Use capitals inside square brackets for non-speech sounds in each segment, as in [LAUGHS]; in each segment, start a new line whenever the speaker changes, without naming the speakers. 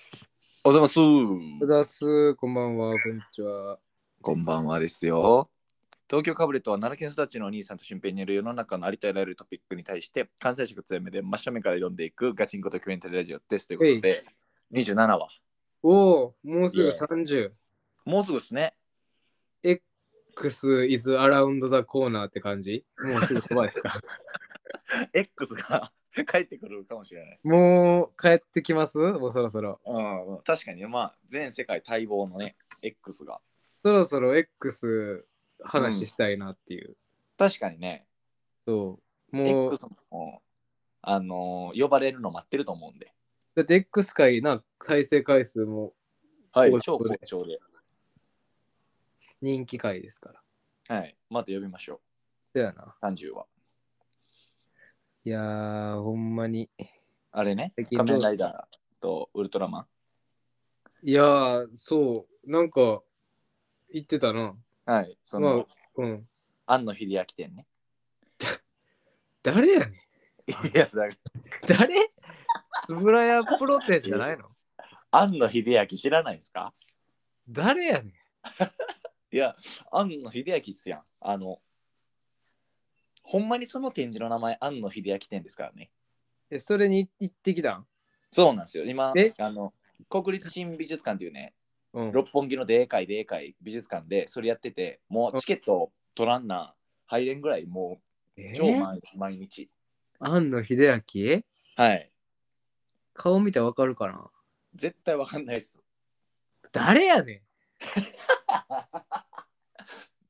おはようございま
おはようご
す。
ざいます。こんばんは。こんにちは。
こんばんはですよ。東京かぶれとは奈良県育ちのお兄さんと俊平による世の中のありとあらゆるトピックに対して関西色強めで真正面から読んでいくガチンコドキュメンタリーラジオですということで27話
おお、もうすぐ
いえ
30X
もうすぐですね
is around the corner って感じもうすぐそばですか
X が [LAUGHS] 帰ってくるかもしれない、
[LAUGHS] もう帰ってきますもうそろそろ。
うん、確かにまあ全世界待望のね X が
そろそろ X 話したいなっていう。
確かにね
そう。もう、
X もあのー呼ばれるの待ってると思うんで
だって X 回な、再生回数も
はい
好
超
調
好
で
調で
人気回ですから。
はいまた呼びましょ
そうやな。
う30話
いやー、ほんまに。
あれね
最、近どう
仮面ライダーとウルトラマン。
いやー、そう。なんか、言ってたな。
はい、そ
ま
の、
あ、うん。
庵野秀明店ね。
誰やねん。
いや、だから
[LAUGHS] 誰つぶらやプロテンじゃないの
庵野秀明知らないですか
誰やねん。
いや、庵野秀明っすやん。あの、ほんまにその展示の名前、庵野秀明店ですからね。
え、それに行ってきたん
そうなんですよ。今
え、
あの、国立新美術館というね、
うん。
六本木のでかいでかい美術館でそれやってて、もうチケット取らんな、入れんぐらい、も
え
う
ー
超毎,、毎日。
庵野秀明
はい、
顔見てわかるかな
絶対わかんないです。
誰やね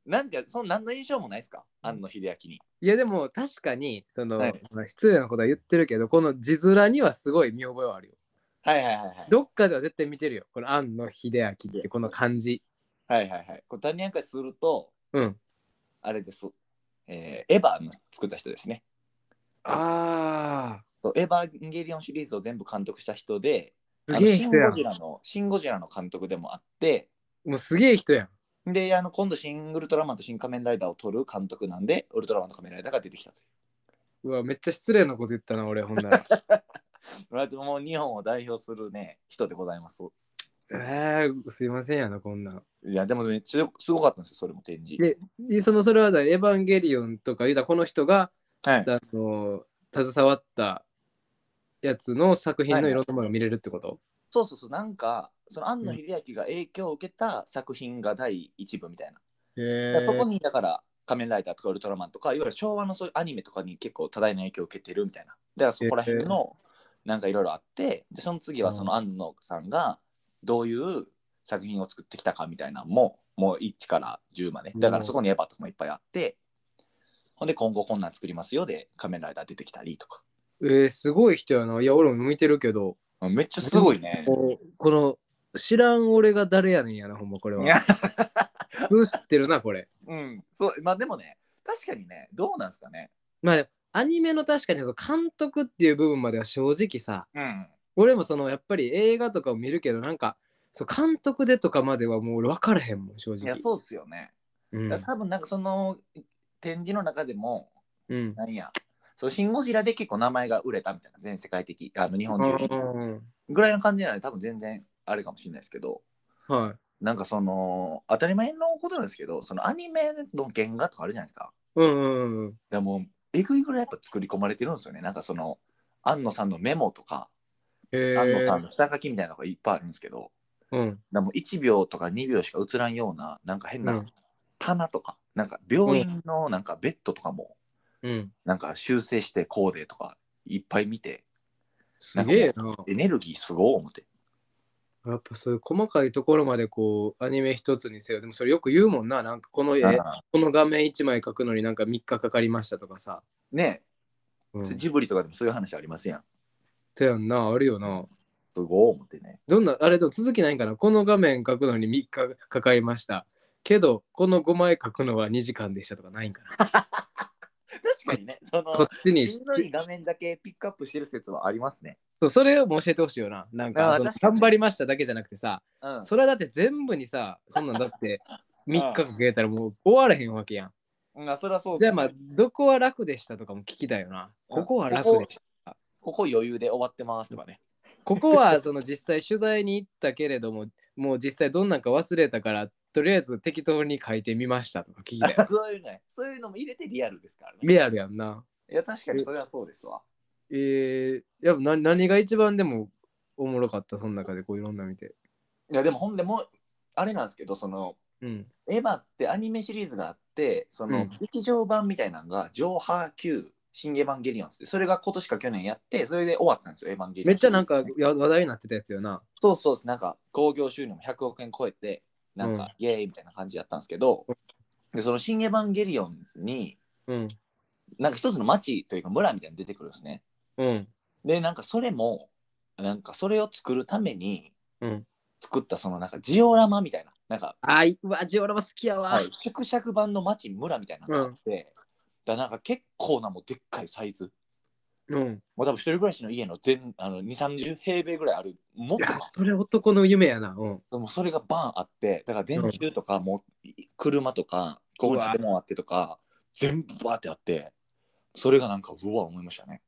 なんか、その何の印象もないですか庵野秀明に。
ん。いやでも確かにその、
はい
まあ失礼なことは言ってるけどこの字面にはすごい見覚えはあるよ。
はいはいはいはい。
どっかでは絶対見てるよ。この庵野秀明ってこの漢字。
はいはいはい。これ、谷明すると、
うん。
あれです。えーエヴァの作った人ですね。
あ
そうエヴァンゲリオンシリーズを全部監督した人で、
すげえ人や
あのシン・ゴジ
ん。
ラのシン・ゴジラの監督でもあって、
もうすげえ人やん。
で、あの今度、シン・ウルトラマンと新仮面ライダーを撮る監督なんで、ウルトラマンと仮面ライダーが出てきたんです
うわ、めっちゃ失礼なこと言ったな、俺、ほんなら。 [LAUGHS]
よ。割ともう日本を代表するね、人でございます。
えー、すいませんやな、こんなん。
いや、でもめっちゃすごかったんですよ、それも展示。
で、そのそれはだエヴァンゲリオンとか言うたらこの人が、
はい、
あの携わったやつの作品
は
の
い
いろんなものが見れるってこと、
そうそうそう、なんか、その庵野秀明が影響を受けた作品が第一部みたいな。だからそこに、だから、仮面ライダーとかウルトラマンとか、いわゆる昭和のそういうアニメとかに結構多大な影響を受けてるみたいな。だからそこら辺の、なんかいろいろあって、でその次はその庵野さんがどういう作品を作ってきたかみたいなのも、もう1から10まで。だからそこにエヴァとかもいっぱいあって、ほんで今後こんなん作りますよで、仮面ライダー出てきたりとか。
えーすごい人やな。いや、俺も見てるけど、
めっちゃすごいね。
こうこの知らん俺が誰やねんやな、ほんまこれ
いや
は。普通知ってるな、これ。
うん、そう、まあでもね、確かにね、どうなんですかね。
まあ、アニメの確かにその監督っていう部分までは正直さ、
うん。
俺もそのやっぱり映画とかを見るけど、なんか、そう監督でとかまではもう俺分からへんもん、正直。
いや、そうっすよね。
うん。
だから多分なんかその展示の中でも、
うん。
なんや、そう、シン・ゴジラで結構名前が売れたみたいな、全世界的、あの日本中に
うん
ぐらいの感じなので、多分全然あれかもしれないですけど、
はい。
なんかその、当たり前のことなんですけど、そのアニメの原画とかあるじゃないですか。だか
うんうんうん。
らもう、えぐいぐらいやっぱ作り込まれてるんですよね。なんかその、安野さんのメモとか、
え
安野さんの下書きみたいなのがいっぱいあるんですけど、
うん。
だからもう1秒とか2秒しか映らんようななんか変
う
なん棚とか、なんか病院のなんかベッドとかも
うん。
なんか修正してこうでとかいっぱい見て
すげえな。
エネルギーすごい思って
やっぱそういう細かいところまでこうアニメ一つにせよ。でもそれよく言うもんな。なんかこの絵、
だか
こ
ら
の画面一枚描くのになんか3日かかりましたとかさ。
ね
うん、そ
ジブリとかでもそういう話ありますやん
やんな、あるよな。
すごい思ってね
どんな、あれと続きないんかなこの画面描くのに3日かかりました。けど、この5枚描くのは2時間でしたとかないんかな
確かにねそ
こっ
の
ちに
しんどい画面だけピックアップしてる説はありますね
そう。それをもう教えてほしいよな。なん
あ
か
ー
その
確かに
頑張りましただけじゃなくてさ、
うん
それはだって全部にさ、そんなん
[LAUGHS]
だって3日かけたらもう終わらへんわけやん。
うんあそれはそう
じ
で
ゃ
す
あまあ、どこは楽でしたとかも聞きたいよな。
うん
ここは楽でした。
ここ余裕で終わってますとかね。
ここはその実際取材に行ったけれども、 [LAUGHS] もう実際どんなんか忘れたから、とりあえず適当に書いてみましたとか聞い [LAUGHS] たよ
[LAUGHS] そういうのねそういうのも入れてリアルですからね。
リアルやんな。
いや、確かにそれはそうですわ。
えー、やっぱな何が一番でもおもろかった、その中でこういろんな見て。
いや、でもほんでもう、あれなんですけど、その、
うん。
エヴァってアニメシリーズがあって、そうの
ん
劇場版みたいなのが、ジョーハー Q 新エヴァンゲリオンっつって、それが今年か去年やって、それで終わったんですよ、エヴァンゲリオン。
めっちゃなんかや話題になってたやつよな。
そうそうですなんか興行収入も100億円超えて、なん
うん
か、イエーイみたいな感じだったんですけど、でその新エヴァンゲリオンに、
うん。
なんか一つの町というか村みたいなの出てくるんですね。
うん。
で、なんかそれも、なんかそれを作るために
うん。
作ったそのなんかジオラマみたいな、なんか、
あい、うわ、ジオラマ好きやわ。
はい、縮尺版の町村みたいなのがあって、だからなんか結構なもうでっかいサイズ。
うん。
もう多分一人暮らしの家の全あの2、30平米ぐらいある、もっ
いや
と、
それ男の夢やな。うん。
でもそれがバーンあって、だから電柱とか、もう車とか、ここに建物あってとか、全部バーってあって、それがなんか、うわ、思いましたね。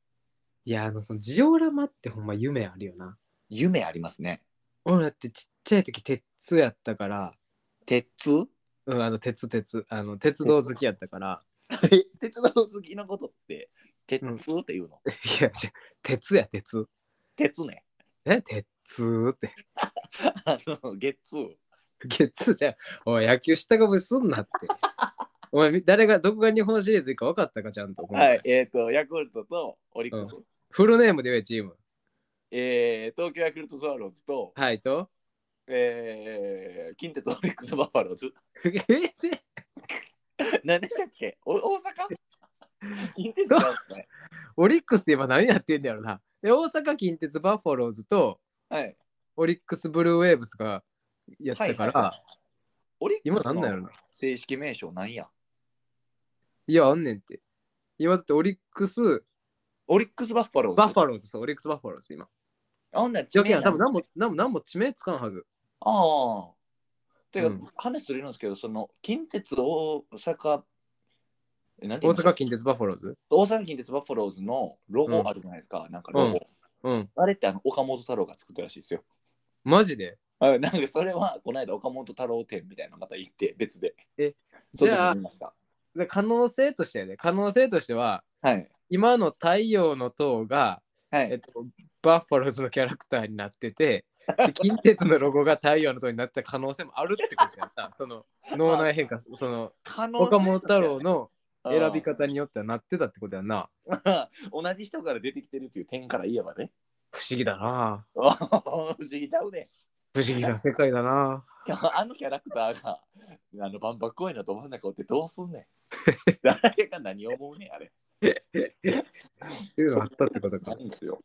いや、あの、そのジオラマってほんま夢あるよな。
夢ありますね。
俺だってちっちゃい時、鉄やったから、
鉄 [LAUGHS]
うん、あの、鉄鉄、あの、鉄道好きやったから、
鉄道好きのことって、鉄っていうの、
いや、じゃ鉄や、鉄。
鉄ね。
え、鉄って。
あの、月
月じゃん、おい、野球下かぶりすんなって。お前、誰が、どこが日本シリーズいいか分かったか、ちゃんと。
はい、、えっ、と、ヤクルトとオリックス、
フルネームで言え、チーム。
えー東京ヤクルトスワローズと、
はい、と。 [LAUGHS]
えー近鉄オリックスバファローズ。 [LAUGHS]
え
何でしたっけお
[LAUGHS]
大阪近鉄なんですね。
オリックスって今何やってんだろうな。で、大阪近鉄バファローズと、
はい。
オリックスブルーウェーブスがやったか
は
ら、
いはいはいオリック
今
ス
なんなんやろ
の
な。
正式名称なんや
いや、あんねんって。今だってオリックス、
オリックスバッファローズ。
バファローズ、そう、オリックスバファローズ、今。
あんなん地
条
名
件
な
は
ん
多分何も、何も、何も地名つかんはず。
ああ。てか、
うん
話するんですけど、その、近鉄大阪、えなんて言うん
大
ですか
阪近鉄バファローズ。
大阪近鉄バッファローズのロゴあるじゃないですか、なんかロゴ。
うん。
あれってあの岡本太郎が作ったらしいですよ。
マジで
あなんかそれは、この間岡本太郎展みたいなのまた行って、別で。
え、
そう
じゃあ
見ました。
で可能性としてやで、可能性としては、
はい。
今の太陽の塔が、
は
えっ
い。
と、バッファローズのキャラクターになってて、
[LAUGHS]
で近鉄のロゴが太陽の塔になった可能性もあるってことやな。その脳内変化、その
可能性
岡本太郎の選び
うん
方によってはなってたってことやな。
同じ人から出てきてるっていう点から言えばね。
不思議だな。
不思議ちゃうね。
不思議な世界だな。
でもあのキャラクターがあの万博公園のど真ん中おってどうすん
[LAUGHS]
ねん誰が何思うねんあれ。
っていうのがあったってことか
な。いんですよ。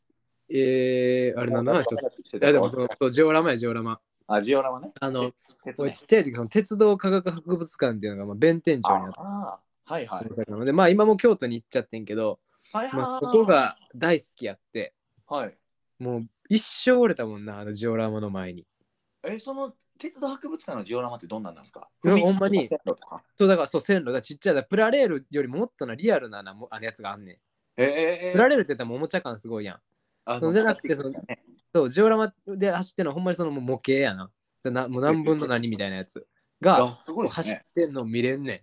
えー、あれなんだな、一つ。
つ
いやでもそのそうジオラマやジオラマ。
あジオラマね。
あの、
鉄
俺
ね
ちっちゃい時その鉄道科学博物館っていうのがまあ弁天町にあっ
ああはいはい。
たので、まあ今も京都に行っちゃってんけど、
はいはい
まあ、ここが大好きやって、
はい。
もう一生折れたもんな、あのジオラマの前に。
えその鉄道博物館のジオラマってどんなんなんですか
うんほんまに
踏切とか
そうだからそう線路がちっちゃいだプラレールよりもっとなリアルななもあのやつがあんねん。
え
プラレールって言ったらもうおもちゃ感すごいやん。
あ
そうじゃなくてその
のね
そう、ジオラマで走ってんのはほんまにそのもう模型やな。だなもう何分の何みたいなやつが
あすごいです
走っ
ね。
てんの見れんねん。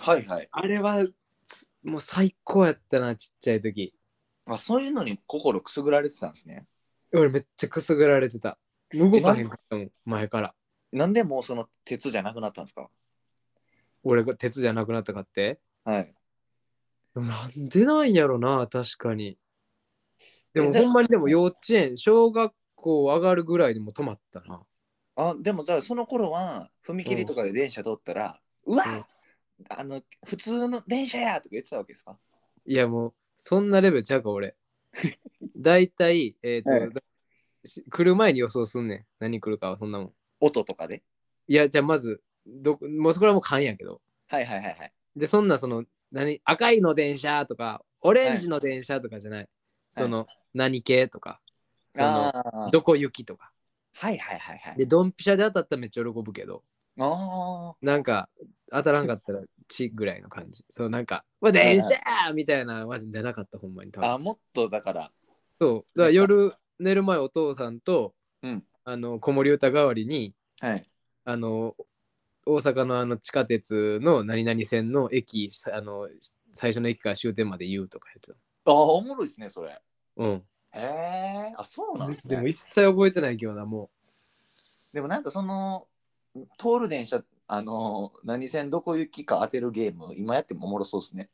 はいはい。
あれはつもう最高やったな、ちっちゃい時。
あそういうのに心くすぐられてたんですね。
俺めっちゃくすぐられてた。動かへんかったもん、前から。
なんでもうその鉄じゃなくなったんですか
俺が鉄じゃなくなったかって。
はい。
でもなんでなんやろな、確かに。でも
えだ
ほんまにでも幼稚園、小学校上がるぐらいでも止まったな。
あでもだからその頃は踏切とかで電車通ったら、うわ、あの普通の電車やとか言ってたわけですか
いやもう、そんなレベルちゃうか、俺。だいたい、えっ、と、
はい
だし来る前に予想すんねん。何来るかはそんなもん。
音とかで
いや、じゃあまず、どこもうそこらも勘やけど。
はいはいはいはい
で、そんなその、何、赤いの電車とか、オレンジの電車とかじゃない。その、何系とか、その、
あー
どこ行きとか。
はいはいはいはい
で、ドンピシャで当たったらめっちゃ喜ぶけど、
あ
なんか、当たらんかったら、ちぐらいの感じ。そう、なんか、わ、電車やみたいな、マジじゃなかった、ほんまに。多
ー
分
あもっとだから
そう、だから夜、寝る前お父さんと、
うん
あの子守歌代わりに
はい。
あの大阪のあの地下鉄の何々線の駅さあの最初の駅から終点まで言うとかやって
ああ、おもろいですね、それ。
た。うん。
へえ、あ、そうなんですね。
でも一切覚えてないけどなも
でもなんかその、通る電車、あの、何線どこ行きか当てるゲーム、今やってもおもろそうですね。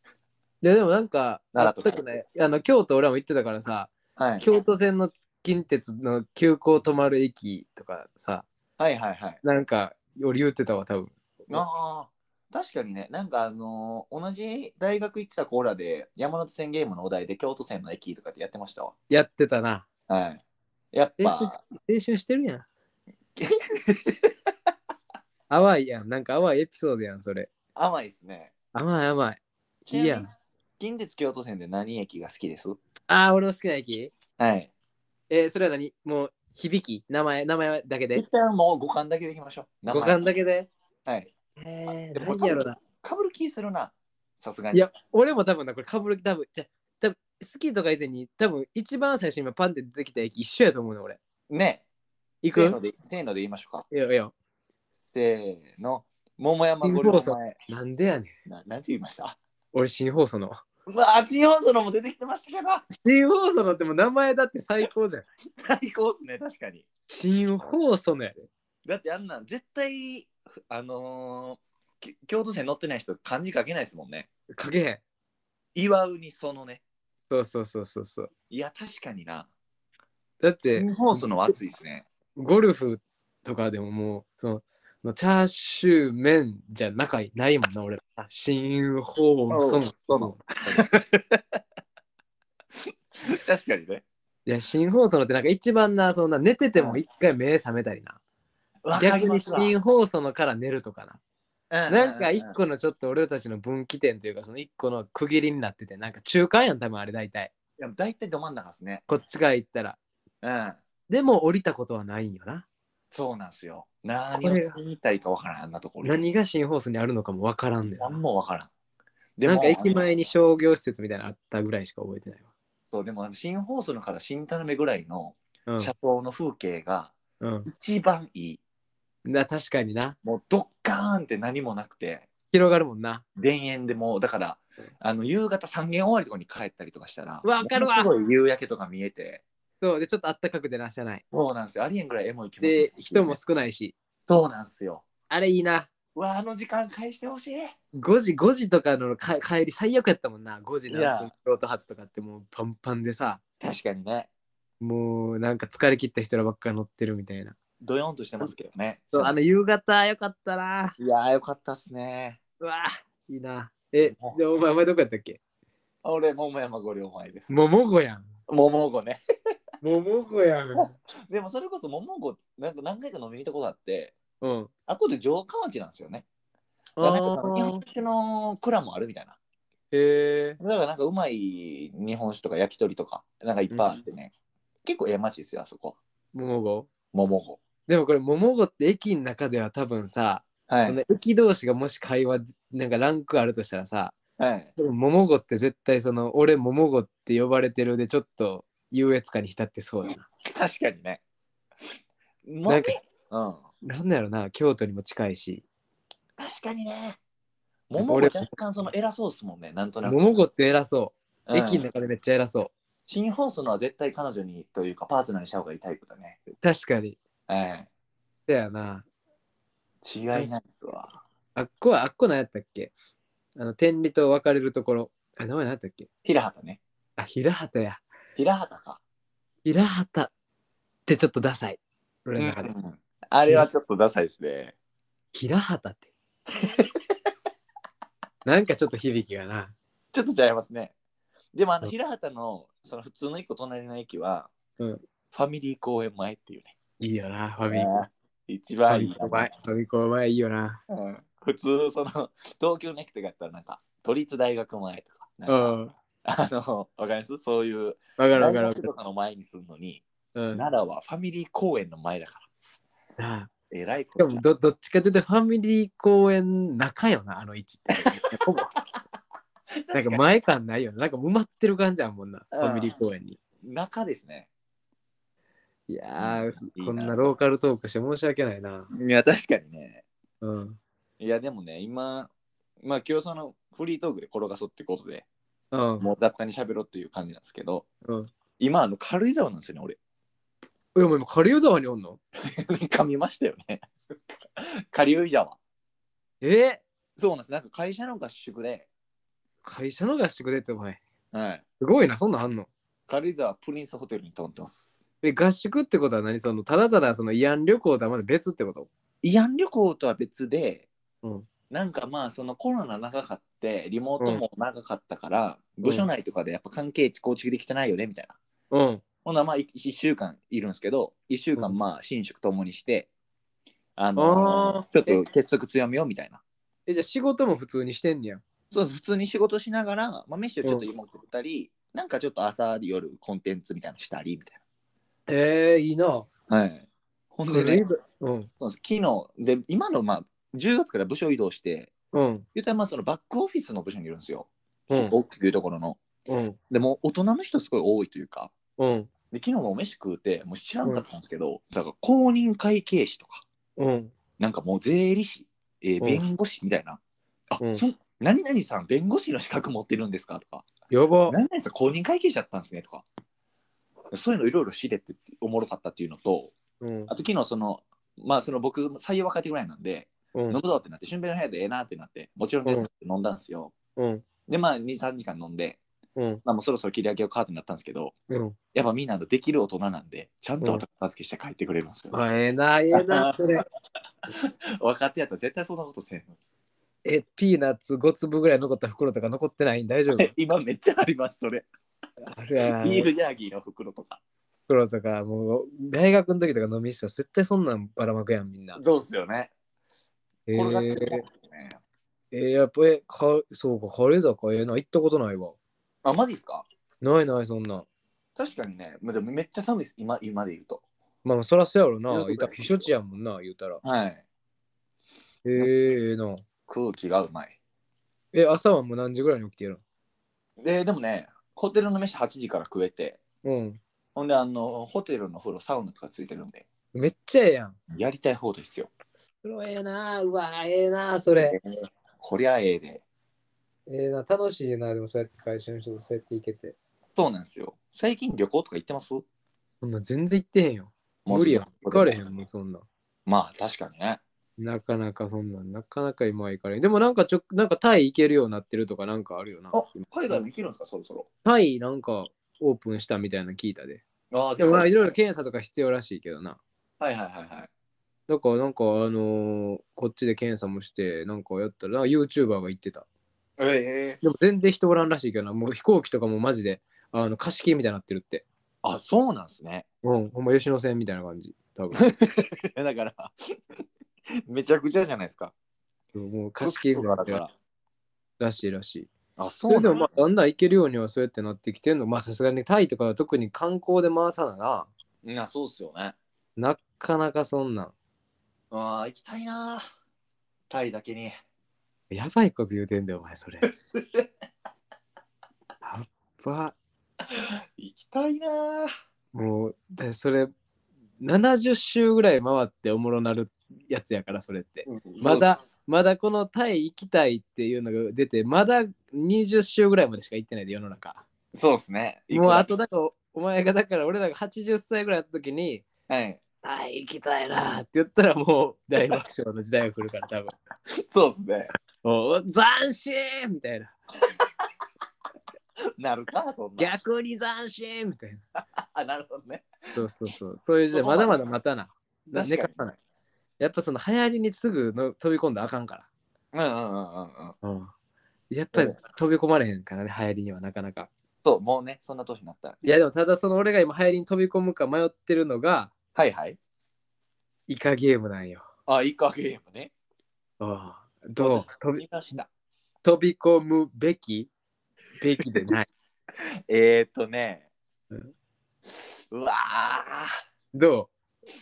う。いやでもなんかあっ
奈良とか
たくないあの京都俺も行ってたからさ、
はい。
京都線の近鉄の急行止まる駅とかさ
はいはいはい。
なんか俺言ってたわ多分。
ああ、確かにね、なんかあのー同じ大学行ってたコーラで、山手線ゲームのお題で京都線の駅とかってやってましたわ。
やってたな。
はい。やっ
青
ぱ、
春青春してるや
[LAUGHS]
ん。淡いやん。なんか淡いエピソードやん、それ。
甘いですね。
甘い甘い。いいやん。
近鉄京都線で何駅が好きです
ああ、俺の好きな駅
はい。
えー、それは何もう、響き名前、名前だけで
一旦もう五感だけでいきましょう。
五感だけで
け。はい。
え
で
ー、
も
何やろな。
かぶる気するな。さすが
い
に。
や、俺も多分な、これかぶる、多分じゃ多分好きとか以前に、多分一番最初に今パンって出てきた駅一緒やと思うの、俺。
ね。
行
せーの
く
で、せーので言いましょうか。
いやいや。
せーの。桃山ゴルフの前。
なんでやねん。
ななんて言いました
俺、新放送の。
うわあ、新放送のも出てきてましたけど。
新放送のってもう名前だって最高じゃん。
最高っすね、確かに。
新放送のやで。
だってあんなん絶対ふあのーき京都線乗ってない人漢字書けないですもんね
かけへん。
祝うにそのね
そうそうそうそうそう。
いや確かにな
だって、
新放送のは熱いですね [LAUGHS]
ゴルフとかでももう、その、のチャーシュー麺じゃなかいないもんな、俺。あ新法その。
そうそう確かにね
いや、新放送のってなんか一番な、そんな寝てても一回目覚めたりな。
わか
逆
り
に
ますわ
新放送のから寝るとか
う
な。
うう
なんか一個のちょっと俺たちの分岐点というか、その一個の区切りになってて、なんか中間やん、多分あれ大体。
いや大体ど真ん中ですね
こっちから行ったら。
うん
でも降りたことはないんよな。
そうなんすよ何
こ
を
れ
し
が
てみたいかわからんあんなところ
何が新放送にあるのかもわからんねんな。
何もわからんで
なん
も
か駅前に商業施設みたいなのあったぐらいしか覚えてない
そうでもあの新放送のから新田辺ぐらいの
わ。
車窓の風景が
うん。
一番いい、
うん、な確かにな。
もうドッカーンって何もなくて
広がるもんな。
田園でもうだからあの夕方三軒終わりとかに帰ったりとかしたら
わかるわ
ものすごい夕焼けとか見えて
そう。で、ちょっとあったかくてな、車内。
そうなんですよありえんぐらいエモい気持ち
で、人も少ないし。
そうなんですよ
あれいいな。
うわあの時間返してほしい
5時、5時とかのか帰り最悪やったもんな。5時の
いや
ロート発とかってもうパンパンでさ、
確かにね
もうなんか疲れ切った人らばっかり乗ってるみたいな。
ドヨンとしてますけどね
そう、
その
あの夕方よかったな。
いやーよかったっすね
うわ、いいな。え、でお前、お前どこやったっけ
俺桃山五両前です
桃子やん。
桃子ね
桃子やん。
でもそれこそ桃子なんか何回か飲みに行ったことあって
うん。
あっこで城下町なんですよねだからなんかその日本酒の蔵もあるみたいな
へえ。
だからなんかうまい日本酒とか焼き鳥とかなんかいっぱいあってね、結構ええ街ですよあそこ
桃子
桃子
でもこれ桃子って駅の中では多分さ、
は
そ
い
の駅同士がもし会話なんかランクあるとしたらさ
はい
多分桃子って絶対その俺桃子って呼ばれてるでちょっと優越感に浸ってそうやな。
確かにねも
なんか
うん
なんだろうな京都にも近いし
確かにね
なん
桃
か
子
俺
若干その偉そうっすもんねなんとなく、
桃子って偉そ
うん
う駅の中でめっちゃ偉そ
新放送のは絶対彼女にというかパートナーにした方がいいタイプだね
う確かに
え
そやな
え違いないっすわ
あっこはあっこなんやったっけあの天理と別れるところあ名前なんやったっけ
平畑ね
あ平畑や
平畑か、
平畑ってちょっとダサい俺の中で、
うんあれはちょっとダサいですね
平畑って
[LAUGHS]
なんかちょっと響きがな
ちょっと違いますね。でもあの
うん
平畑のその普通の一個隣の駅は、
うん
ファミリー公園前っていうね。
いいよなファミコン
一
ファ
番い
ミ
い
コン前ファミコン前いいよな
うん普通その東京の駅とかやったらなんか都立大学前とかなん
う
か、
んわ
あのわかりますそういう
かる
大
わかるわか
学
る
とかの前にするのに、
うんな
奈良はファミリー公園の前だか
あ
らえらいこ
で
と
もどどっちかというとファミリー公園中よなあの位置って
[LAUGHS]
ほぼなんか前感ないよななんか埋まってる感じやもんなファミリー公園に
中ですね
いやー
いいな
こんなローカルトークして申し訳ないな。
いや、確かにね。
うん。
いや、でもね、今、まあ今日そのフリートークで転がそうってことで、
うん。
もう雑多に喋ろうっていう感じなんですけど、
うん、
今、あの、軽井沢なんですよね、俺。 [LAUGHS]
え、お前今、軽井沢におんの
噛みましたよね。 [LAUGHS] 軽井沢。
え
そうなんです。なんか会社の合宿で、
会社の合宿でってお前。
はい、
すごいな、そんなんあんの。
軽井沢プリンスホテルに泊まってます。
え、合宿ってことは何その、ただただその慰安旅行とはまだ別ってこと
慰安旅行とは別で、
うん
なんかまあそのコロナ長かってリモートも長かったから、部署内とかでやっぱ関係値構築できてないよねみたいな。
うん。
ほんならまあ1週間いるんですけど1週間まあ寝食ともにして、あ
あ
の
ー
ちょっと結束強めようみたいな。
え、じゃあ仕事も普通にしてんねや。
そうです普通に仕事しながら、まあ、飯をちょっと今食ったり、なんかちょっと朝夜コンテンツみたいなのしたりみたい
えー、いいな。
な。はい、ほんで
軽井
ね
沢うん。
そうです昨日で今のまあ10月から部署移動して
うん。
言ったらまあそのバックオフィスの部署にいるんですよ。
うん。
大きくいうところの。
うん。
でも大人の人すごい多いというか、
うん。
で昨日もお飯食うて、もう知らんかったんですけど、だから公認会計士とか、
うん。
なんかもう税理士、えー
うん
弁護士みたいな。あ、
うん
そ何々さん弁護士の資格持ってるんですかとか、
やば。
何々さん公認会計士だったんですねとか、そういうのいろいろ知れておもろかったっていうのと、
うん
あ。と昨日その、まあその僕、採用若手ぐらいなんで、
う
飲
ん
む。ぞってなって、俊平の部屋でええなってなって、もちろんですって飲んだんですよ。
うん。
で、まあ2、3時間飲んで、
うん。
まあもうそろそろ切り上げをカーテンになったんですけど、
うん。
やっぱみんなできる大人なんで、ちゃんと後片付けして帰ってくれるんですよ。
あええな、ええな、それ。
分かってやったら絶対そんなことせんの。 [LAUGHS]
え、ピーナッツ5粒ぐらい残った袋とか残ってないん大丈夫
今めっちゃあります、それ。
あるやん
ビールジャーキーの袋とか。
袋とか、もう大学の時とか飲みしたら絶対そんなんばらまくやん、みんな。
そうっすよね。
え
転がって
ー
るんですよね。
えー、やっぱ、え、かそうか、軽井沢か、ええな、行ったことないわ。
あ、マジですか
ないない、そんなん。
確かにね、まあでもめっちゃ寒いです、今今で言うと。
まあ、そらそうやろな。
そういう
言
こ
っ
と
た
だ
ら避暑地やもんな、言うたら。
はい。
えー、ええな。
空気がうまい。
え、朝はもう何時ぐらいに起きてる
で、でもね、ホテルの飯8時から食えて、
のうん。
ほんで、あの、ホテルの風呂、サウナとかついてるんで、
めっちゃええやん。
やりたい方ですよ。
それええな、うわ、ええな、それ。
こりゃええで。
ええな、楽しいな、でもそうやって会社の人とそうやって行けて。
そうなんですよ。最近旅行とか行ってます
そんなん全然行ってへんよ。無理やん。行かれへんもん、そんなん。
まあ確かにね。
なかなかそんなん、なかなか今はいかない。でもなんかちょ、なんかタイ行けるようになってるとかなんかあるよな。
あ海外も行けるんですか、そろそろ。
タイなんかオープンしたみたいなの聞いたで。
ああ、
でもまあいろいろ
はい
検査とか必要らしいけどな。
はいはいはい。
だからなんかあのーこっちで検査もして、なんかやったら、なんか YouTuber が言ってた。
ええ
でも全然人おらんらしいけどな。もう飛行機とかもマジで、あの、貸し切りみたいになってるって。
あ、そうなんですね。
うん、ほんま吉野線みたいな感じ。多分。
だから、めちゃくちゃじゃないですか。
もう貸し切りみたいになってる
だから
しいらしい。
ら。あ、そ
そう
な
れ
ん
で
だ
もまあだんだん行けるようにはそうやってなってきてんの。まあさすがにタイとかは特に観光で回さなな。
いやそうっすよね。
なかなかそんなん。
ああ、行きたいな。タイだけに。
やばいこと言うてんだよ、お
[LAUGHS]
前それ。やっば。
行きたいな。
もう、だそれ、70周ぐらい回っておもろなるやつやから、それって。まだ、まだこのタイ行きたいっていうのが出て、まだ20周ぐらいまでしか行ってないで、世の中。
そうですね。
もうあと
だ。
だから、お前がだから俺らが80歳ぐらいの時に、
はい。
タイ行きたいなーって言ったらもう大爆笑の時代が来るから多 [LAUGHS] 分。
そうですね。
おう斬新みたいな。
なるか、そんな。
逆に斬新みたいな。
あ、なるほどね。
そうそうそう。そういう時代、
そこま
ま
で
だまだ待たな。
確
寝
か
か
に
さない。やっぱその流行りにすぐの飛び込んだらあかんか
うんうんうんうんうん。
ら。うん。やっぱり
うん
飛び込まれへんからね、流行りにはなかなか。
そう、もうね、そんな年になったら。
いやでもただその俺が今流行りに飛び込むか迷ってるのが、
はいはい。
イカゲームなんよ。
あ、イカゲームね。
うんどう飛び
見ました。
飛び込むべきべきでない。
えー、っとね
うん。
うわあ。
ど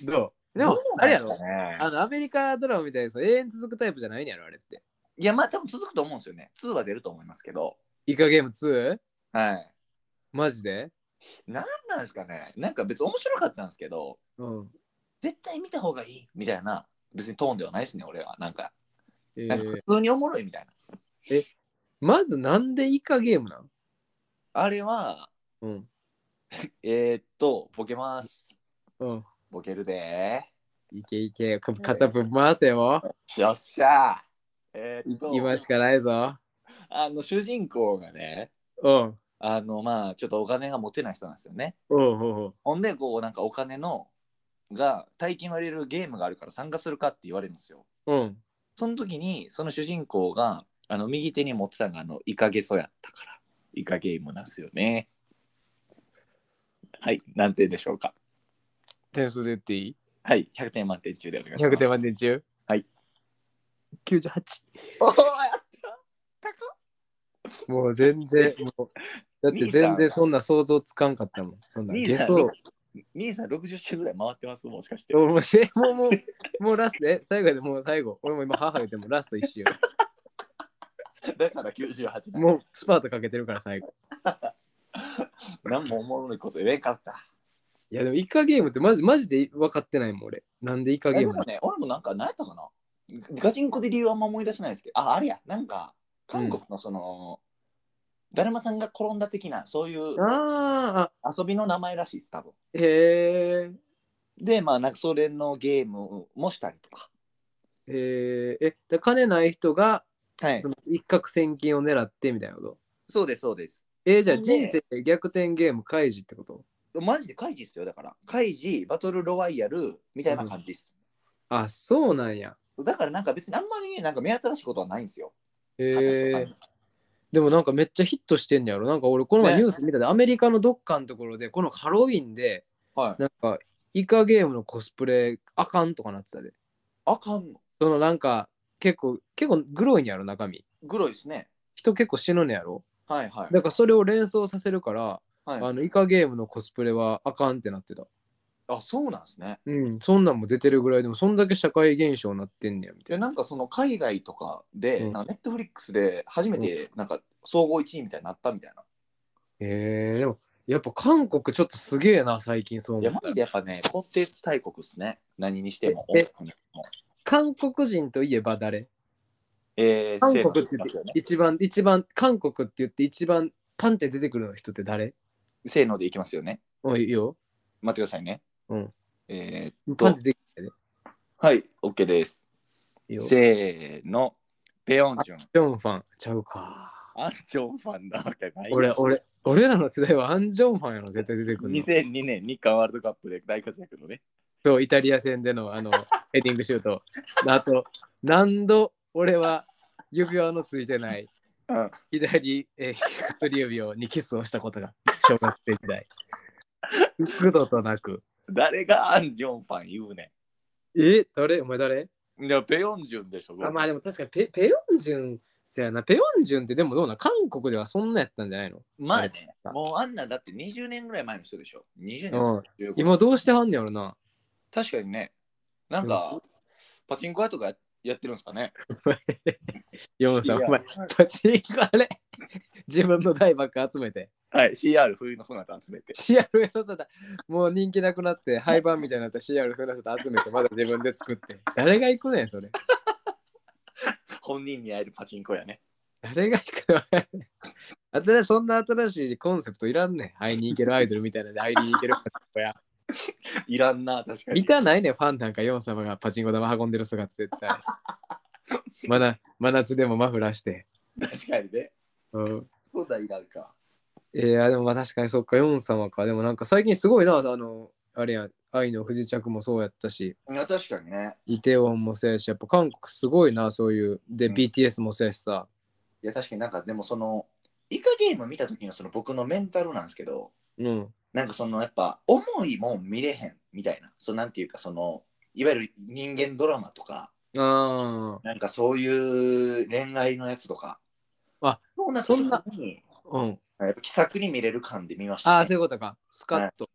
うどうでも、あれやろ
どうなんですかね
あのアメリカドラマみたいにそう永遠続くタイプじゃないんやろあれって。
いや、まあ多分続くと思うんですよね。2は出ると思いますけど。
イカゲーム 2?
はい。
マジで
なんなんですかねなんか別に面白かったんですけど
うん。
絶対見た方がいいみたいな別にトーンではないですね俺はなんか
え
なんか
ー
普通におもろいみたいな、
まずなんでイカゲームなん
あれは
うん。
えー、っとボケます
うん。
ボケるで
いけいけ、か肩ぶん回せよ。
ーよっしゃーえー、っと
今しかないぞ。
あの主人公がね
うん。
あのまあちょっとお金が持てない人なんですよね
おうほうほう。
ほんでこうなんかお金のが大金を入れるゲームがあるから参加するかって言われるんですよ
うん。
その時にその主人公があの右手に持ってたのがあのイカゲソやったからイカゲームなんですよねはい何点でしょうか
点数で言っていい
はい100点満点中でお願いします
?100 点満点中
はい。お
98。
ーやった
もう全然、もう。だって全然そんな想像つかんかったもん。そんな。
兄
ゲ
さん
ソ。
兄さん60周ぐらい回ってますもしかして
もう、えもう、もう、もうラスト、え、最後やでもう最後。俺も今、母言ってもラスト一周。
だから98なん
もう、スパートかけてるから最後。
何もおもろいこと言えんかった
いや、でもイカゲームってマジ、マジで分かってないもん、俺。なんでイカ
え
ゲ
で
ームな
も
の
ね、俺もなんか、何やったかなガチンコで理由はあんま思い出せないですけど、あ、あれや、なんか、韓国のその、だるまさんが転んだ的な、そういう
ああ、
遊びの名前らしいです、多分。
へえ。
で、まあ、なんかそれのゲームもしたりとか。
えー、え、で金ない人が
は
その一攫千金を狙ってみたいなこと。
そうです、そうです。
えー、じゃあ
なんで
人生逆転ゲーム開示ってこと
マジで開示っすよ、だから。開示、バトルロワイヤルみたいな感じっす。
あ、そうなんや。
だからなんか別にあんまりね、なんか目新しいことはないんですよ。
えー、でもなんかめっちゃヒットしてんねやろ。なんか俺この前
ね
ニュース見たで、アメリカのどっかのところで、このハロウィンで、
はい。
なんかイカゲームのコスプレあかんとかなってたで。
あかんの。
そのなんか結構、結構グロいんやろ、中身。
グロいですね。
人結構死ぬんやろ。
はいはい。
だからそれを連想させるから、
はい、
あのイカゲームのコスプレはあかんってなってた。
あ、そうなんですね。
うん、そんなんも出てるぐらいでも、そんだけ社会現象になってんねや、みた
で
いな。
なんかその海外とかで、
うん
なんかネットフリックスで初めてなんか総合1位みたいになったみたいな。
えー、でも、やっぱ韓国ちょっとすげえな、最近そう
いや、
思っ
マ
た
ジでやっぱね、コンテンツ大国ですね。何にしても。
え
音楽にも
韓国人といえば誰
えー、
韓
成果
国っ
出
て言
ま
っ
すよね
て、一番、一番、韓国って言って一番パンって出てくる人って誰
せーのでいきますよね。
おいいいよ。
待ってくださいね。
うん。
えー、
パンって出てくるや
はい、OK です。
で。いいよ。ジ
せーの。ペヨンチュン。
ョンファン、ちゃうか。
アンジョンファンなわけない。
俺、。俺、俺らの世代はアンジョンファンやろ、絶対出てくるの。
2002年日韓ワールドカップで大活躍のね。
そう、イタリア戦でのあのヘディングシュート。あと、何度俺は指輪のついてない
うん。
左、えー、薬指をにキスをしたことが小学生時代。幾度となく。
誰がアンジョンファン言うね
え、誰お前誰
ん。いや、ペヨンジュンでしょ。
あまあでも確かにペペヨンジュンせやな。ペヨンジュンってでもどうなん韓国ではそんなやったんじゃないの
まあ
あれ
ね、もうあんなだって20年ぐらい前の人でしょ。20年、
うん
15
今どうしてはんねやろな。
確かにね、なん
でも
か、パチンコ屋とかややってるんですかね。
ヨンさん、
いや
お前、パチンコあれ自分の台ばっか集めて。
はい、CR 冬のソナタ集めて。
CR フロサダもう人気なくなって廃盤みたいになった CR フロサダ集めてまだ自分で作って誰が行くねんそれ
本人に会えるパチンコ屋ね。
誰が行くの新しそんな新しいコンセプトいらんねん会いに行けるアイドルみたいなんで会いに行ける子や
いらんな、確か
見
に。
たないねんファンなんかヨン様がパチンコ玉運んでる姿絶対まだ真夏でもマフラーして、
確かにね。
うん、
そうだ、いらんか。
いやでもまあ確かにそっかヨン様かでもなんか最近すごいなあのあれやん愛の不時着もそうやったし
いや、確かにね。
イテウォンもそうやし、やっぱ韓国すごいな、そういう。で、
うん
BTS もそうやしさ。
いや、確かになんか、でもその、イカゲーム見た時のその僕のメンタルなんですけど、
うん。
なんかそのやっぱ、重いもん見れへんみたいな。そうなんていうか、その、いわゆる人間ドラマとか、
あ
なんかそういう恋愛のやつとか。
あ
そうな
そんな
時に
あ、うん。
やっぱ気さくに見れる感で見ました、ね。
ああ、そういうことか。スカッと。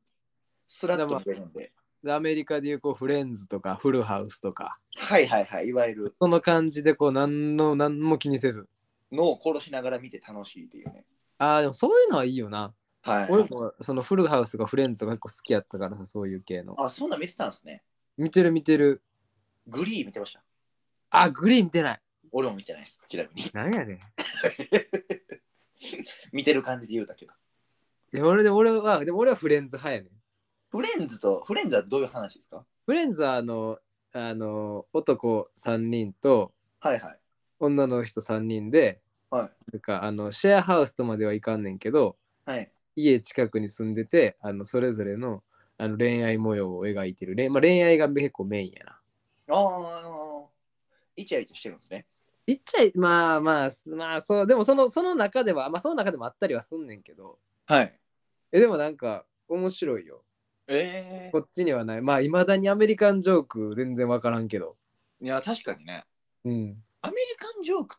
スラッと見れるんで。
でアメリカでいうこう、フレンズとか、フルハウスとか。
はいはいはい。いわゆる
その感じで、こう、なんの、なんも気にせず。
脳を殺しながら見て楽しいっていうね。
ああ、でもそういうのはいいよな。
はい。
俺もそのフルハウスとかフレンズとか結構好きやったからさそういう系の
あ、そんなん見てたんですね。
見てる見てる
グリー見てました。
あグリーン見てない
俺も見てないです。ちなみに。
何やねん
[LAUGHS] 見てる感じで言うだけど。
いや俺で俺はでも俺はフレンズ派やねん
フレンズと、フレンズはどういう話ですか
フレンズはあのあの男3人と
はいはい。
女の人3人で
はい。
なんかあのシェアハウスとまではいかんねんけど
はい。
家近くに住んでてあのそれぞれのあの恋愛模様を描いてる、れんまあ、恋愛が結構メインやな
ああ、イチャイチャしてるんですね。
いっちゃいまあまあすまあそうでもそのその中ではまあその中でもあったりはすんねんけど
はい。
えでもなんか面白いよ
ええ
こっちにはないまあいまだにアメリカンジョーク全然わからんけど
いや、確かにね。
うん
アメリカンジョーク、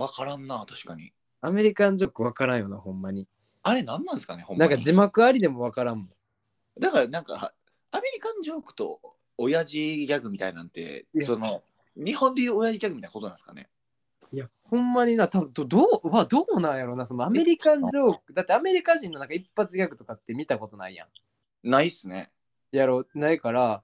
わからんな、確かに。
アメリカンジョークわからんよなほんまに
あれ、なんなんですかね、ほん
な
ま
ん
に
か字幕ありでもわからんもん
だから、なんか、アメリカンジョークと親父ギャグみたいなんて
い、や
その、日本でいう親父ギャグみたいなことなんですかね。
いやほんまにな多分どどうはどうなんやろなそのアメリカンジョークだってアメリカ人のなんか一発ギャグとかって見たことないやん
ないっすね。
やろないから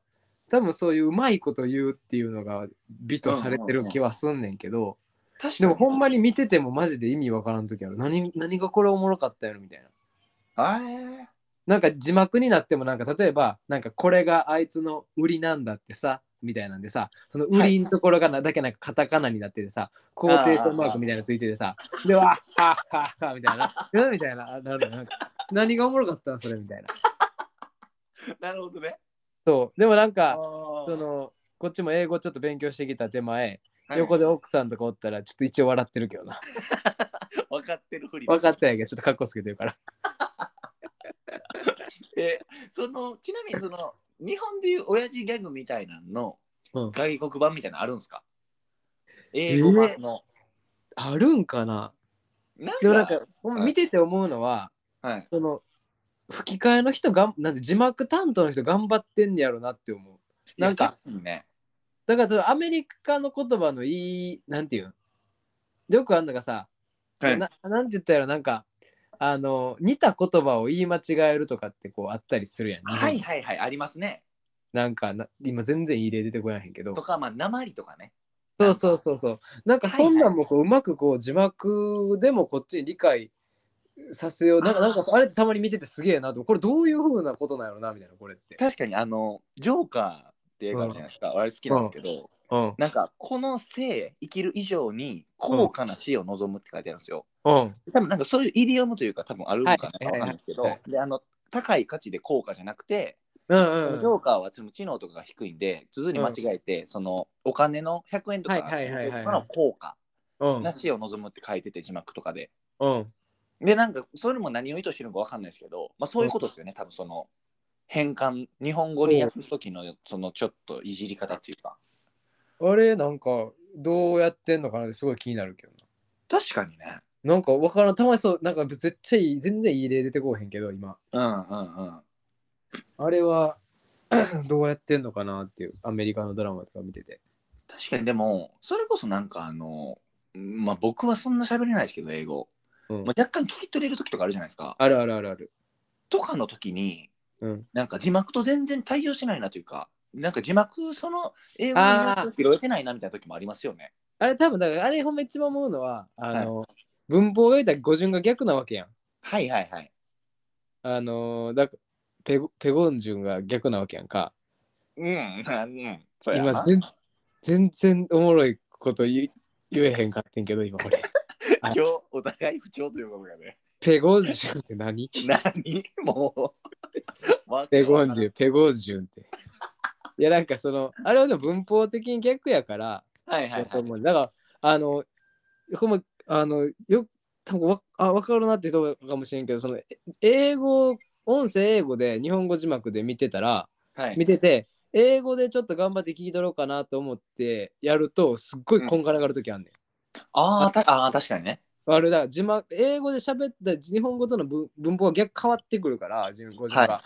多分そういううまいこと言うっていうのが美とされてる気はすんねんけど、
確か
でもほんまに見ててもマジで意味わからん時ある何何がこれおもろかったやろみたいな
あー
なんか字幕になってもなんか例えばなんかこれがあいつの売りなんだってさみたいなんでさその売りのところがな、だけなんかカタカナになっててさ肯定とマークみたいなのついててさでわっはっはっはみたいな [LAUGHS] 「えみたいななるなんか何がおもろかったんそれみたいな
なるほどね。
そうでもなん
あ
か
ー
そ、のこっちも英語ちょっと勉強してきた手前、
はい
横で奥さんとかおったらちょっと一応笑ってるけどな
分かってるふり。
分かってないけどちょっとカッコつけてるから
えそのちなみにその日本でいう親父ギャグみたいなの
うん
外国版みたいなのあるんですか、英語版の。
あるんかな
なん
で
か
もなんか、ほんま
はい
見てて思うのは、
はい、
その吹き替えの人がんなんで字幕担当の人頑張ってんねやろなって思う。なんか、
いや、ね、
だからそのアメリカの言葉のいい、なんていうんよくあんのがさ、
はい
ななんて言ったやろ、なんか、あの、似た言葉を言い間違えるとかってこうあったりするやん。
はいはいはい、ありますね。
なんかな、今全然いい例出てこないへんけど
と。か、まあ、鉛とかね。
そうそうそうそう。なんかそんなんもこううまくこう字幕でもこっちに理解させよう。なんか
あー
なんかあれってたまに見ててすげえなと。これどういうふうなことなんやろなみたいなこれって。
確かに、あの、ジョーカーって映画あるじゃないですか、我々好きなんですけど、
うん。
なんか、この生、生きる以上に高価な死を望むって書いてあるんですよ。
うん。
多分なんかそういうイディオムというか多分あるのか
はい
な
はい
わか
はい
んないけど
はい
であの高い価値で高価じゃなくて、
うんうん。
ジョーカーはその知能とかが低いんで続に間違えて、そのお金の100円とか
はいはいはいはい
の高価
うん
なしを望むって書いてて字幕とかで。
うん。
でなんかそれも何を意図してるのかわかんないですけど、まあ、そういうことですよね多分その変換日本語に訳す時のそのちょっといじり方っていうか
あれなんかどうやってんのかなってすごい気になるけど
確かにね
な。なんかわからん。たまにそう、なんか絶対いい全然いい例出てこうへんけど今。
うんうんうん
あれは [CLEARS THROAT] どうやってんのかなっていうアメリカのドラマとか見てて。
確かにでもそれこそなんかあのまあ僕はそんな喋れないですけど英語、
うん
まあ、若干聞き取れる時とかあるじゃないですか
あるあるあるある。
とかの時に
うん。
なんか字幕と全然対応しないなというかなんか字幕その英語
あ
の
ー
拾えてないなみたいな時もありますよね
あれ多分だからあれほんま一番思うのはあの、文法が言ったら語順が逆なわけやん。
はいはいはい
あのだペゴペゴン順が逆なわけやんか。
うんうんそうやな
今全全然おもろいこと言い言えへんかってんけど今こ [LAUGHS] れ。
今日お互い不調ということが
[LAUGHS]
ね
ペゴン順って何
何もう
ペゴン順ペゴン順って。いやなんかそのあれはでも文法的に逆やから
はいはい
やと
はい
思う。だからあのほんまあのよ多分わあ分かるなって人かもしれんけどそのえ英語音声英語で日本語字幕で見てたら
はい
見てて英語でちょっと頑張って聞き取ろうかなと思ってやるとすっごいこんがらがる時あんねん。
あーたあー確かにね
あれだ字幕英語で喋った日本語との文文法が逆変わってくるから字語順が、
は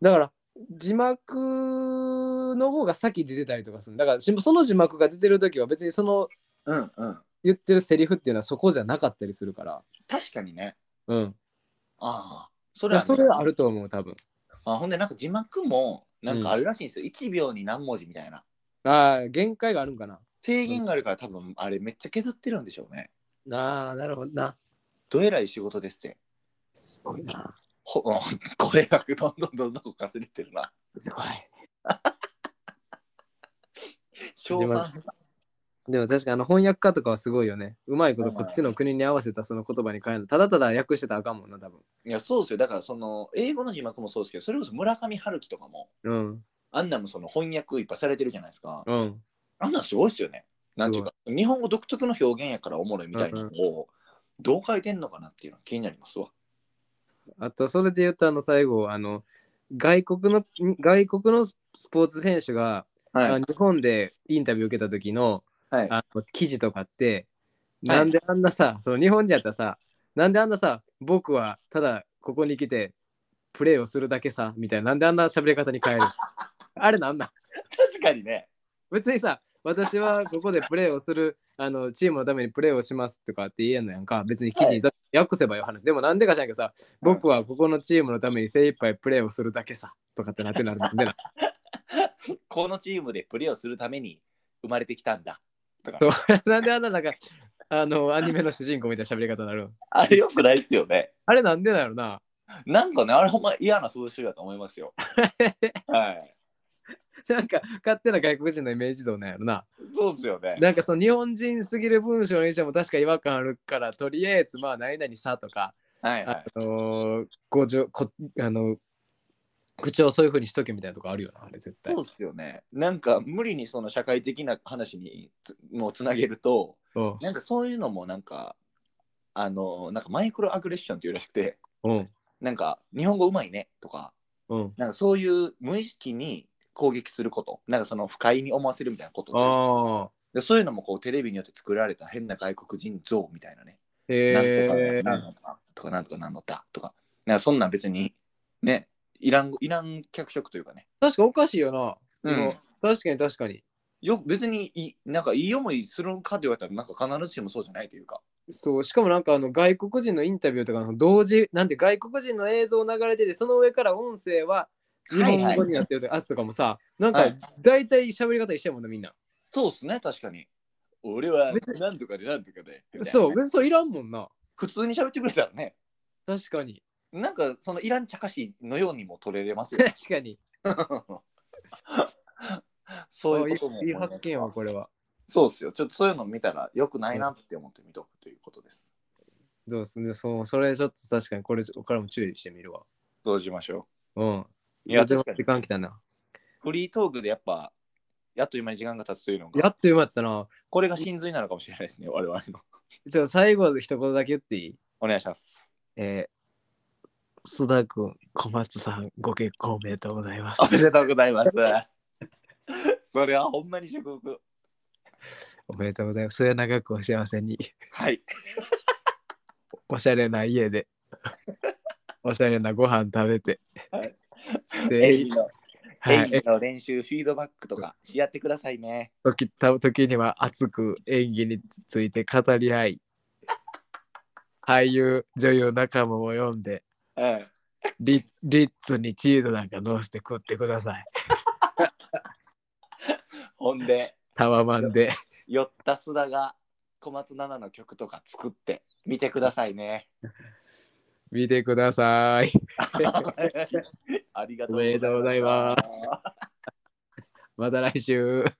だから字幕の方が先出てたりとかするだからしその字幕が出てる時は別にその
うんうん
言ってるセリフっていうのはそこじゃなかったりするから
確かにね
うん
ああ、そ
そ
れ
れ
は、
それはあると思う、多分。
あほんで、なんか字幕も、なんかあるらしいんですよ。1秒に何文字みたいな。
ああ、限界があるんかな。
制限があるから、多分あれめっちゃ削ってるんでしょうね。
ああ、なるほどな。
どえらい仕事ですって。
すごいな。
ほ [LAUGHS] これがどんどんどんどんかすれてるな。
すごい。
賞
字
賛
幕でも確かあの翻訳家とかはすごいよね。うまいことこっちの国に合わせたその言葉に変えるの。ただただ訳してたらあかんもんな、多分。
いや、そうですよ。だから、その、英語の字幕もそうですけど、それこそ村上春樹とかも、
うん。
あんなんもその翻訳いっぱいされてるじゃないですか。
うん。
あんなんすごいですよね。なんていうか、日本語独特の表現やからおもろいみたいなのを、どう書いてんのかなっていうのは気になりますわ。
あと、それで言うと、あの、最後、あの、外国の、に外国のスポーツ選手が、あの日本でインタビュー受けた時の
はい。
あの記事とかって、
はい
なんであんなさ、その日本人やったらさ、なんであんなさ、僕はただここに来てプレーをするだけさ、みたいな、なんであんな喋り方
[LAUGHS]
に変えるあれなんなん
確かにね。
別にさ私はここでプレーをするあのチームのためにプレーをしますとかって言えんのやんか別に記事に訳せばよ話でもなんでか知らんけどさ僕はここのチームのために精一杯プレーをするだけさとかってなってなるんでな
このチームでプレーをするために生まれてきたんだ。とか
そうなんであんななんかあのアニメの主人公みたいな喋り方になるん
あれよくないですよね。
あれなんでだろうな
なんかね、あれほんま嫌な風習だと思います [LAUGHS] よ。はい。
なんか勝手な外国人のイメージ像なんやろな
そうですよね。
なんかその日本人すぎる文章の印象も確か違和感あるからとりあえずまあ何々さとか
はいは
あ
い。
のー、ごじょこあの口をそういうふうにしとけみたいなとこあるよなあれ絶対
そうですよね。なんか無理にその社会的な話につもうつなげると、
うん
なんかそういうのもなんか、あの、なんかマイクロアグレッションっていうらしくて、
うん
なんか日本語うまいねとか、
うん
なんかそういう無意識に攻撃すること、なんかその不快に思わせるみたいなことで
ああ
でそういうのもこうテレビによって作られた変な外国人像みたいなね。
へえ
なんとかとかなんとかなんのだとか。なんかそんなん別にね、いらんいらん脚色というかね。
確かおかしいよな、
うん
でも確かに確かに
よ別にいなんかいい思いするんかって言われたらなんか必ずしもそうじゃないというか。
そうしかもなんかあの外国人のインタビューとかの同時なんて外国人の映像流れててその上から音声は日本語になってるやつとかもさ、なん
は
か
い
大体喋り方一緒やもんなみんな、
そうっすね、確かに。俺は
別
なんとかでなんとかで。みたいなね
そう別にそれいらんもんな
普通に喋ってくれたらね、
確か [LAUGHS] に
なんかそのいらん茶化しのようにも取れれますよ
確。かに
[LAUGHS] そういうことも
あいいいい発見はこれは
そうっすよ。ちょっとそういうの見たらよくないなって思って見とくということです。
どうすね、そう、それちょっと確かにこれからも注意してみるわ。
どうしましょ
うん。
いや
でも
確かに
時間来たな。
う。フリートークでやっぱ、やっと今に時間が経つというの
や
が、
っとよかったな。
これが真髄なのかもしれないですね、我々の。
ちょっと最後一言だけ言っていい
お願いします。
[LAUGHS] えー、須田君、小松さん、ご結婚おめでとうございます
お。めでとうございます。それはほんまに祝福。
おめでとうございます。それは長くお幸せに、
はい。
おしゃれな
[LAUGHS]
家で、おしゃれなご飯食べて
はい。
で、
演技の,、
はい、
の練習、フィードバックとかし合ってくださいね。
時た時には熱く演技について語り
[LAUGHS]
合い、俳優、女優仲間を読んで、
はい。
リリッツにチーズなんか乗せて食ってください。
ほんで、
タワマン
[LAUGHS]
で。
寄った須田が小松菜奈の曲とか作って見てください
[LAUGHS]
ね。 [LAUGHS]
見てください。
ありがと
お
うござ
め
いま
で
す
とうございます。また来週。
[LAUGHS]